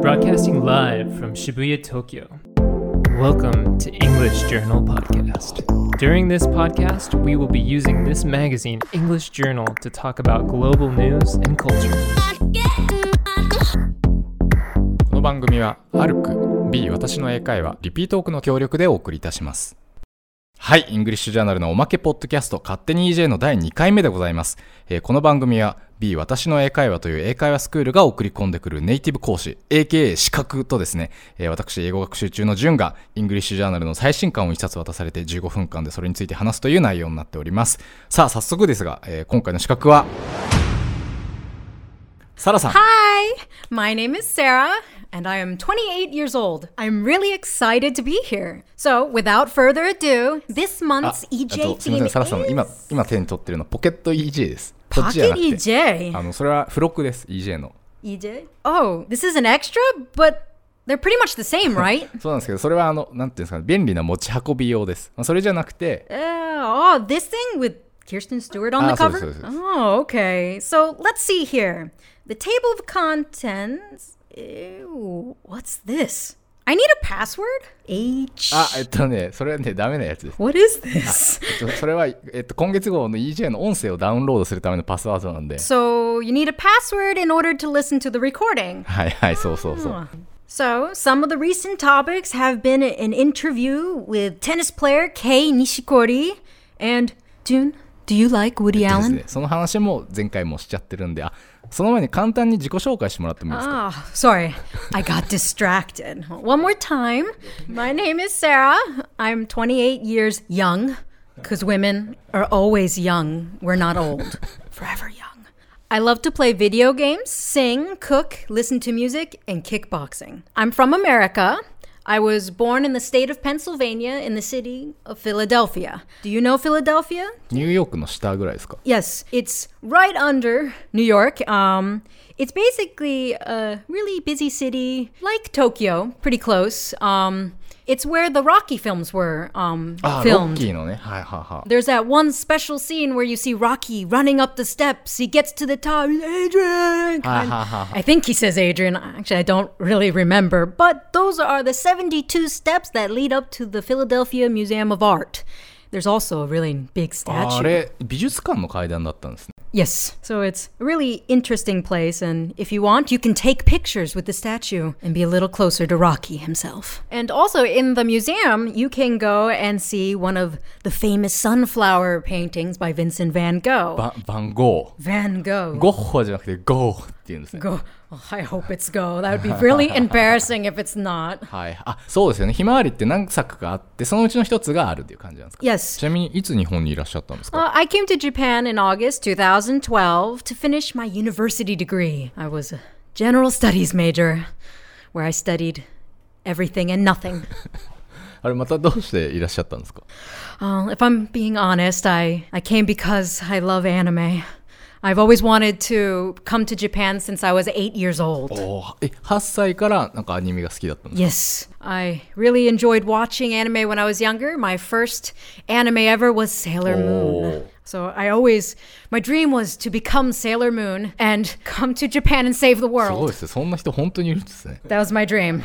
Broadcasting live from Shibuya, Tokyo. Welcome to English Journal Podcast. During this podcast, we will be using this magazine, English Journal, to talk about global news and culture. この番組は「アルク B 私の英会話」リピートオークの協力でお送りいたしますはいイングリッシュジャーナルのおまけポッドキャスト勝手に EJ の第2回目でございます、えーこの番組は B 私の英会話という英会話スクールが送り込んでくるネイティブ講師 AKA 資格とですね、えー私英語学習中のジュンがイングリッシュジャーナルの最新刊を1冊渡されて15分間でそれについて話すという内容になっておりますさあ早速ですが、えー今回の資格はサラさん Hi, my name is Sarah, and I am 28 years old. I'm really excited to be here. So, without further ado, this あ month's あと EJ すみませ theme ん、 is サラさんの今、今手に取ってるのはポケット EJ です。こっちじゃなく Pocket て。 EJ. あの、それは付録です、EJ の。 EJ? Oh, this is an extra, but they're pretty much the same, right? uh, そうなんですけど、それはあの、なんていうんですかね、便利な持ち運び用です。まあそれじゃなくて、 oh, this thing with Kirsten Stewart on Ah, the sorry, cover? sorry, sorry. Oh, okay. So, let's see here. The table of contents. Ew, what's this? I need a password? H. あ、えっとね、それはね、ダメなやつです。 What is this? ちょそれは、えっと、今月号の EJ の音声をダウンロードするためのパスワードなんで。 So you need a password in order to listen to the recording. はいはい、そうそうそう。 So some of the recent topics have been an interview with tennis player Kei Nishikori and June. Do you like Woody です Allen? ね、その話も前回もしちゃってるんで、あ、その前に簡単に自己紹介してもらってもいいですか Ah, sorry. I got distracted. One more time. My name is Sarah. I'm 28 years young because women are always young. We're not old, forever young. I love to play video games, sing, cook, listen to music, and kickboxing. I'm from America. I was born in the state of Pennsylvania in the city of Philadelphia. Do you know Philadelphia? ニューヨークの下ぐらいですか Yes, it's right under New York. Um, it's basically a really busy city, like Tokyo, pretty close. Um, it's where the Rocky films were um, あ、ロッ filmed. キーのね。はいはいはい。 There's that one special scene where you see Rocky running up the steps. He gets to the top. he's, Adrian! Ah, ha, ha, ha. I think he says Adrian. Actually, I don't really remember. But those are the 72 steps that lead up to the Philadelphia Museum of Art. There's also a really big あ statue. あれ、美術館の階段だったんですね。 Yes. So it's a really interesting place, and if you want, you can take pictures with the statue and be a little closer to Rocky himself. And also in the museum, you can go and see one of the famous sunflower paintings by Vincent van Gogh. ば番号。 van Gogh. ゴッホじゃなくてゴーっていうんですね。 Go. Oh, I hope it's Go. That would be really embarrassing if it's not. はい。あ、そうですよね。ひまわりって何作かあって、そのうちの一つがあるっていう感じなんですか Yes. ちなみに、いつ日本にいらっしゃったんですか Uh, I came to Japan in August 2012 to finish my university degree. I was a general studies major, where I studied everything and nothing. あれ、またどうしていらっしゃったんですか Uh, if I'm being honest, I, I came because I love anime. I've always wanted to come to Japan since I was eight years old. おーえ、8歳からなんかアニメが好きだったんです Yes, I really enjoyed watching anime when I was younger. My first anime ever was Sailor Oh. Moon. So I always, my dream was to become Sailor Moon and come to Japan and save かす the ごい world. ですね。そんな人本当にいるんですね。 That was my dream.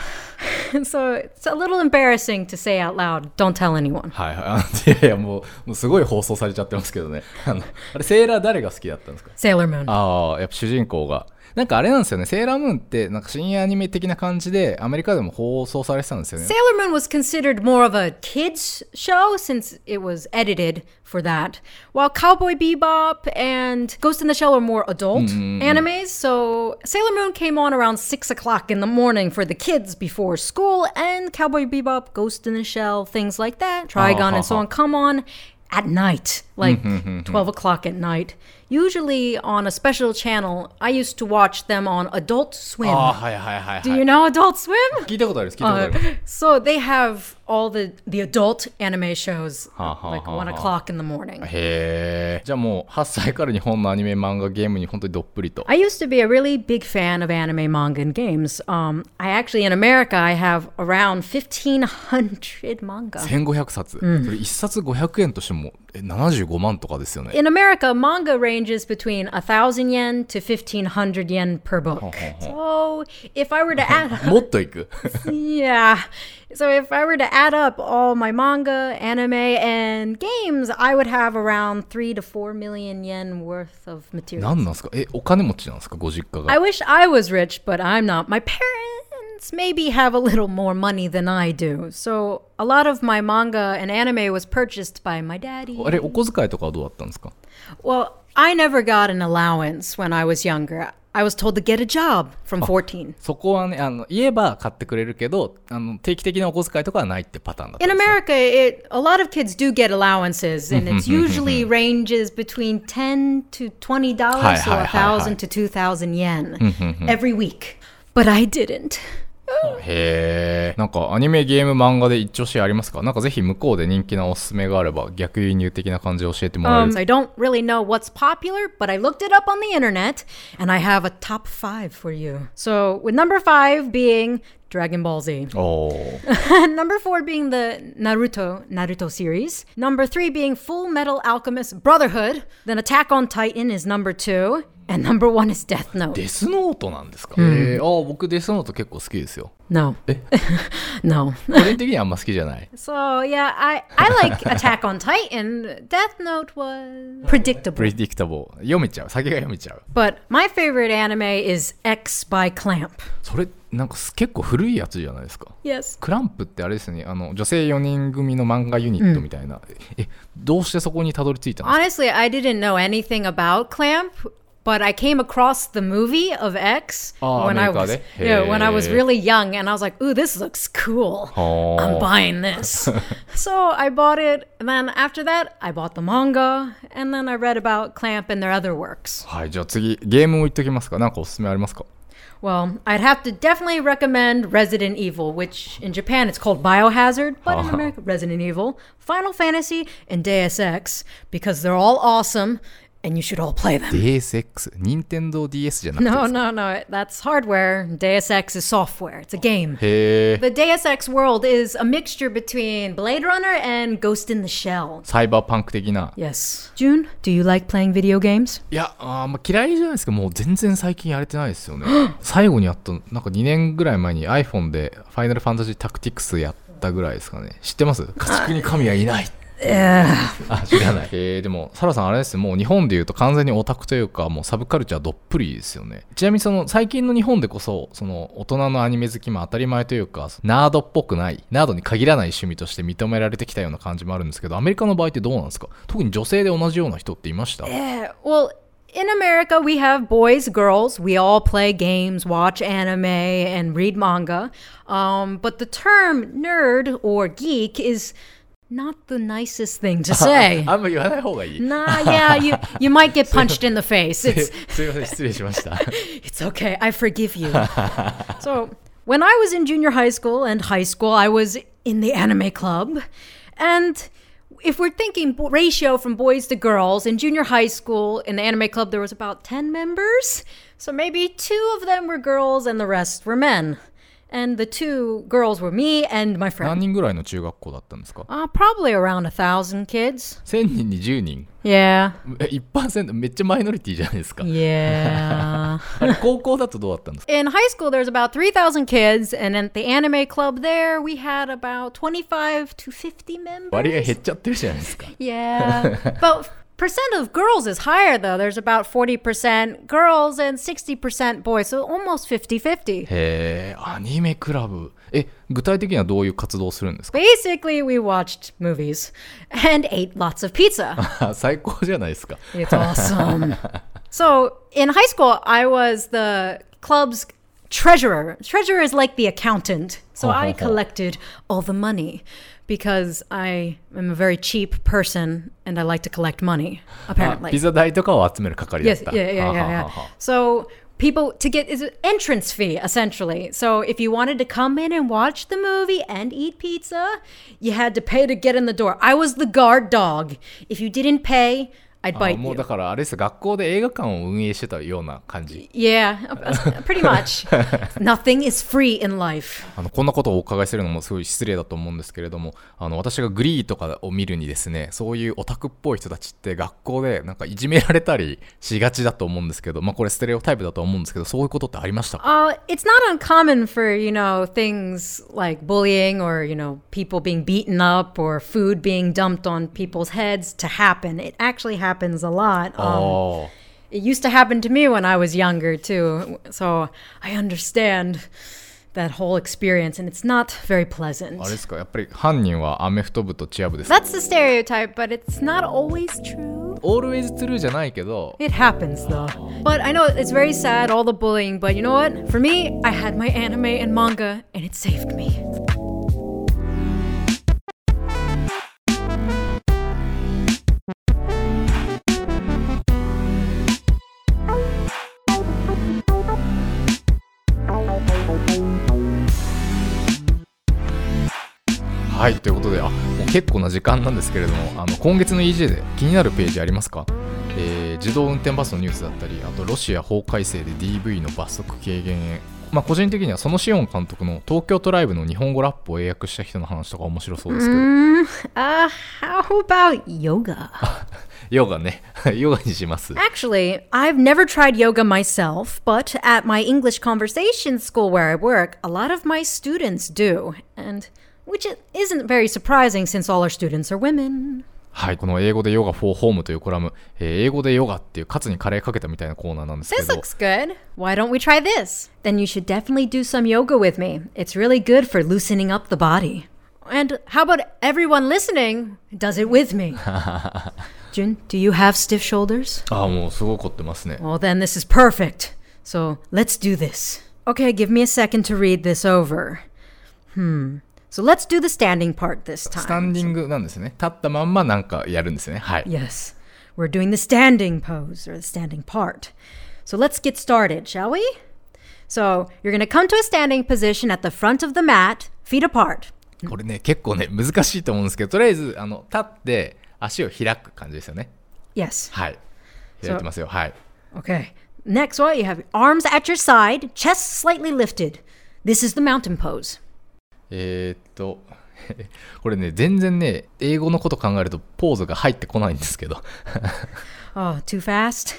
so it's a little embarrassing to say out loud. Don't tell anyone. はいはいあの。いやいや、もう、もうすごい放送されちゃってますけどね。あの、あれ、セーラー誰が好きだったんですか Sailor Moon. ああ、やっぱ主人公が。なんかあれなんですよね。セーラームーンって、なんか深夜アニメ的な感じで、アメリカでも放送されてたんですよね。 Sailor Moon was considered more of a kids show since it was edited for that, while Cowboy Bebop and Ghost in the Shell are more adult animes. So Sailor Moon came on around six o'clock in the morning for the kids before school, and Cowboy Bebop, Ghost in the Shell, things like that, Trigon, and so on come on at night, like 12 o'clock at night. Usually on a special channel, I used to watch them on Adult Swim. ああ、はいはいはい、 Do はい you。know Adult Swim? 聞いたことあります。聞いたことあります。 So they have all the the adult anime shows Ha, ha, like ha, one ha. o'clock in the morning. へえ。じゃあもう8歳から日本のアニメ、漫画、ゲームに本当にどっぷりと。 I used to be a really big fan of anime, manga, and games. Um, I actually in America I have around fifteen hundred manga. 1500冊。それ1冊500円としてもえ75万とかですよね。 In America, manga ranges between 1,000 yen to 1,500 yen per book. So if I were to add, もっといく yeah, so if I were to add up all my manga, anime, and games, I would have around three to four million yen worth of material. 何なんですかえ、お金持ちなんですかご実家が I。wish I was rich, but I'm not. My parents maybe have a little more money than I do. So a lot of my manga and anime was purchased by my daddy. あれ、お小遣いとかはどうだったんですか Well, I never got an allowance when I was younger. I was told to get a job from 14. そこはね、あの、言えば買ってくれるけど、あの、定期的なお小遣いとかはないってパターンだったん In ですね America, it, a lot of kids do get allowances, and Mm-hmm, it's usually ranges between 10 to $20 Hi, dollars hi, Mm-hmm, or hi, 1,000 to 2,000 yen every week. But I didn't. へえ。なんかアニメ、ゲーム、漫画で一押しありますかなんかぜひ向こうで人気なおすすめがあれば逆輸入的な感じで教えてもらえる Um, I don't really know what's popular, but I looked it up on the internet, and I have a top five for you. So, with number five being Dragon Ball Z. おー Number four being the Naruto Naruto series. Number three being Full Metal Alchemist Brotherhood. Then Attack on Titan is number two, and number one is Death Note. デスノートなんですか、へえあー僕デスノート結構好きですよ no, え no. 個人的にはあんま好きじゃ ない So yeah, I I like Attack on Titan. Death Note was predictable, プレディクタブル読めちゃう先が読めちゃう but my favorite anime is X by Clamp. それなんかす結構古いやつじゃないですか Yes. クランプってあれですよねあの女性4人組の漫画ユニットみたいな、ええどうしてそこにたどり着いたんですか Honestly, I didn't know anything about Clamp, but I came across the movie of X Oh, when I America was de? yeah, when I was Hey. really young and I was like, "Ooh, this looks cool. I'm はあ buying this." so, I bought it, and then after that, I bought the manga, and then I read about Clamp and their other works. はいじゃあ次ゲームを言っときますかなんかおすすめありますか Well, I'd have to definitely recommend Resident Evil, which in Japan it's called Biohazard, but in Ah. America, Resident Evil, Final Fantasy, and Deus Ex because they're all awesome and you should all play them. DSX 任天堂 DS じゃなくて No, ですか no, no. That's hardware. Deus Ex is software. It's a game. へえ The Deus Ex world is a mixture between Blade Runner and Ghost in the Shell. サイバーパンク的な Yes. June, do you like playing video games? いやあー、まあ、嫌いじゃないですけどもう全然最近やれてないです よね最後にやったなんか2年ぐらい前に iPhone で「ファイナルファンタジータクティクス」やったぐらいですかね知ってます家畜に神はいない あ知らないえー、でもサラさんあれですねもう日本でいうと完全にオタクというかもうサブカルチャーどっぷりですよねちなみにその最近の日本でこそその大人のアニメ好きも当たり前というかナードっぽくないナードに限らない趣味として認められてきたような感じもあるんですけどアメリカの場合ってどうなんですか特に女性で同じような人っていました Yeah. Uh, Well, in America, we have boys, girls. We all play games, watch anime, and read manga. Um, but the term nerd or geek is not the nicest thing to say. あんま言わない方がいい。 nah, yeah, you, you might get punched in the face. It's, すいません、失礼しました。 It's okay. I forgive you. so, when I was in junior high school and high school, I was in the anime club. And if we're thinking bo- ratio from boys to girls, in junior high school in the anime club there was about 10 members. So maybe 2 of them were girls and the rest were men. And the two girls were me and my 何 friend. 人ぐらいの中学校だったんですか Uh, probably around a thousand kids. 1000人に10人。 Yeah. え1%めっちゃマイノリティじゃないですか。 Yeah. あれ高校だとどうだったんですか in high school there's about 3000 kids and at the anime club there we had about 25 to 50 members 割合減っちゃってるじゃないですか。 yeah but percent of girls is higher though there's about 40% girls and 60% boys so almost 50-50へえ、アニメクラブ。え、具体的にはどういう活動をするんですか basically we watched movies and ate lots of pizza あ 最高じゃないですか。 It's awesome. so in high school, I was the club's treasurer. Treasurer is like the accountant. So Ho, ho, I ho. collected all the money because I am a very cheap person and I like to collect money, あ apparently. ピザ代とかを集める係だっ Yes, た。 yeah, yeah, は yeah, はは yeah. は So people to get is an entrance fee essentially. So if you wanted to come in and watch the movie and eat pizza, you had to pay to get in the door. I was the guard dog. If you didn't pay, I'd あ bite もう you. だからあれです学校で映画館を運営してたような感じ Yeah, uh, pretty much. Nothing is free in life. あのこんなことをお伺いするのもすごい失礼だと思うんですけれどもあの私がグリーとかを見るにですねそういうオタクっぽい人たちって学校でなんかいじめられたりしがちだと思うんですけどまあこれステレオタイプだと思うんですけどそういうことってありましたか Uh, it's not uncommon for, you know, things like bullying or, you know, people being beaten up or food being dumped on people's heads to happen. It actually happens a lot. Um, ああ it used to happen to me when I was younger, too. So I understand that whole experience, and it's not very あれで pleasant. すかやっぱり犯人はアメフト部とチア部ですか That's the stereotype, but it's not always true. オールウェイズトゥルーじゃないけど It happens though. But I know it's very sad, all the bullying, but you know what? For me, I had my anime and manga, and it saved me. はいということであもう結構な時間なんですけれどもあの今月の EJ で気になるページありますか、えー自動運転バスのニュースだったりあとロシア法改正で DV の罰則軽減へまあ個人的にはそのシオン監督の東京トライブの日本語ラップを英訳した人の話とか面白そうですけど、 Mm, uh, how about yoga? ヨガね ヨガにします Actually, I've never tried yoga myself, but at my English conversation school where I work, a lot of my students do, and which i- isn't very surprising since all our students are women. はいこの英語でヨガ for home というコラム、えー英語でヨガっていうカツにカレーかけたみたいなコーナーなんですけ This ど looks good. Why don't we try this? Then you should definitely do some yoga with me. It's really good for loosening up the body. And how about everyone listening does it with me? Jun, do you have stiff shoulders? ああもうすごい凝ってますね Well, then this is perfect. So let's do this. Okay, give me a second to read this over. Hmm. So let's do the standing part this time. スタンディングなんですね立ったまんまなんかやるんですねはい Yes, we're doing the standing pose or the standing part. So let's get started, shall we? So you're going to come to a standing position at the front of the mat, feet apart. これね結構ね難しいと思うんですけどとりあえずあの立って足を開く感じですよね Yes. はいそう開いてますよはい Okay. Next one, you have your arms at your side, chest slightly lifted. This is the mountain pose. えーっと これね全然ね英語のこと考えるとポーズが入ってこないんですけど Oh, too fast?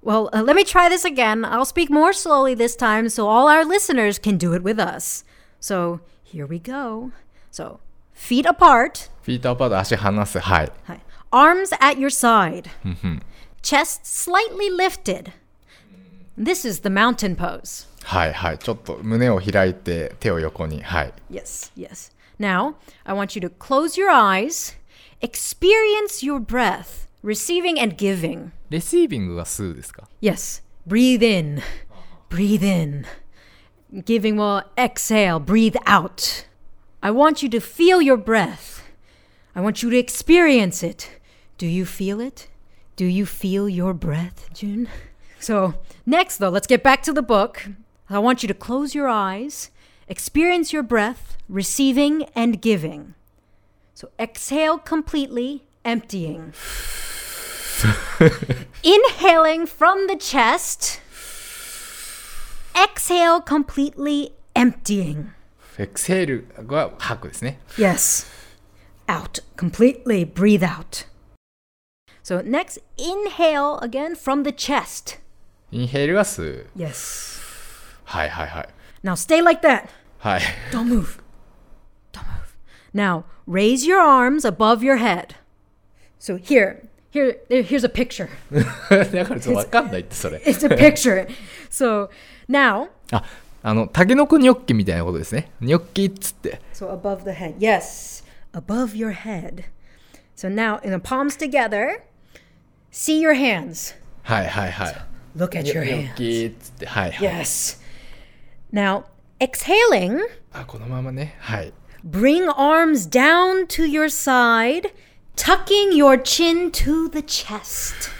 Well, uh, let me try this again. I'll speak more slowly this time so all our listeners can do it with us. So here we go. So feet apart, フィートアパート足離すはいはい Arms at your side. Chest slightly lifted. This is the mountain pose. はいはいちょっと胸を開いて手を横にはい Yes, yes. Now, I want you to close your eyes, experience your breath, receiving and giving. レシービングが数ですか Yes, breathe in, breathe in. Giving will exhale, breathe out. I want you to feel your breath. I want you to experience it. Do you feel it? Do you feel your breath, June? So, next though, let's get back to the book. I want you to close your eyes, experience your breath, receiving and giving. So, exhale completely, emptying. Inhaling from the chest. Exhale completely emptying. エクセールが吐くですね Yes. Out. Completely breathe out. So next, inhale again from the chest. インヘールが数 Yes. はいはいはい Now stay like that. はい Don't move. Don't move. Now raise your arms above your head. So here, here, there- here's a picture. だからちょっとわかんないってそれ It's a picture. so now, ああのタケノコニョッキみたいなことですねニョッキっつって So above the head. Yes, above your head. So now, in the palms together, see your hands. はいはいはい Look at your ニョッ hands. キっつってはいはい Yes. Now, exhaling, あこのままねはい bring arms down to your side, tucking your chin to the chest.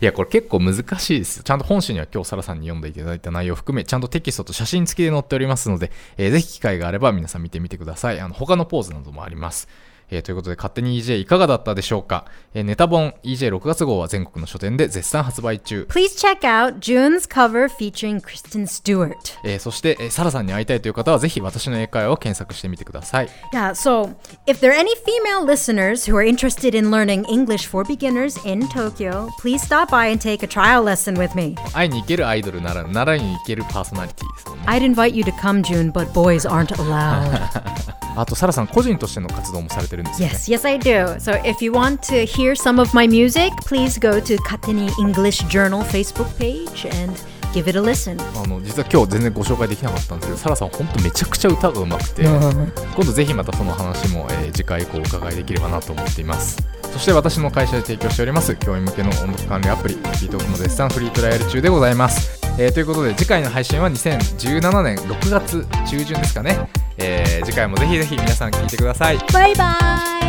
いやこれ結構難しいですよちゃんと本誌には今日サラさんに読んでいただいた内容を含めちゃんとテキストと写真付きで載っておりますので、えーぜひ機会があれば皆さん見てみてくださいあの他のポーズなどもありますえーということで、勝手に EJ いかがだったでしょうか、えーネタ本 EJ6 月号は全国の書店で絶賛発売中。 Please check out June's cover featuring Kristen Stewart. えーそして、えーサラさんに会いたいという方は、ぜひ私の英会話を検索してみてください。 Yeah, so if there are any female listeners who are interested in learning English for beginners in Tokyo, please stop by and take a trial lesson with me. 会いに行けるアイドルなら、習いに行けるパーソナリティですよね。 I'd invite you to come, June, but boys aren't allowed. あと、サラさん個人としての活動もされてるんですよね。 yes, yes, I do. So if you want to hear some of my music, please go to Katani English Journal Facebook page and give it a listen. あの実は今日全然ご紹介できなかったんですけどサラさん本当めちゃくちゃ歌がうまくて、今度ぜひまたその話も、えー次回以降お伺いできればなと思っていますそして私の会社で提供しております教員向けの音楽関連アプリ「ビートーク」も絶賛フリートライアル中でございます、えーということで次回の配信は2017年6月中旬ですかね、えー次回もぜひぜひ皆さん聞いてください Bye bye!